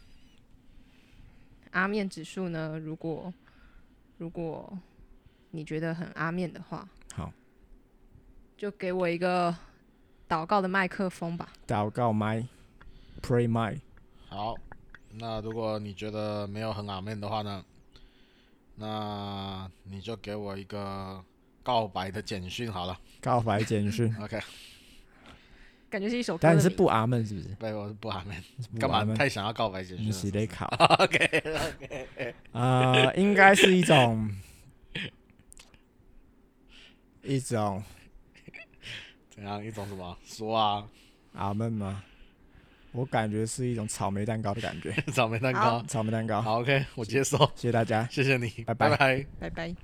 阿面指数呢，如果如果你觉得很阿面的话，
好，
就给我一个祷告的麦克风吧。
祷告麦，pray 麦，
好。那如果你觉得没有很阿面的话呢，那你就给我一个告白的简讯好了。
告白简
(laughs)
讯。
OK，
感觉是一首歌的
但
名，
你是不阿闷是不是？
对，我是不阿面，
你是不
干
阿
嘛
闷
太想要告白简
你是
讯了？ (laughs)
得考。
OK，
呃，应该是一种一种
怎样一种什么说啊？ (laughs)
阿闷吗？我感觉是一种草莓蛋糕的
(laughs)
感觉，
草莓蛋糕。
草莓蛋糕。
好，OK，我接受，
谢谢大家。
谢谢你，
拜拜
拜
拜拜。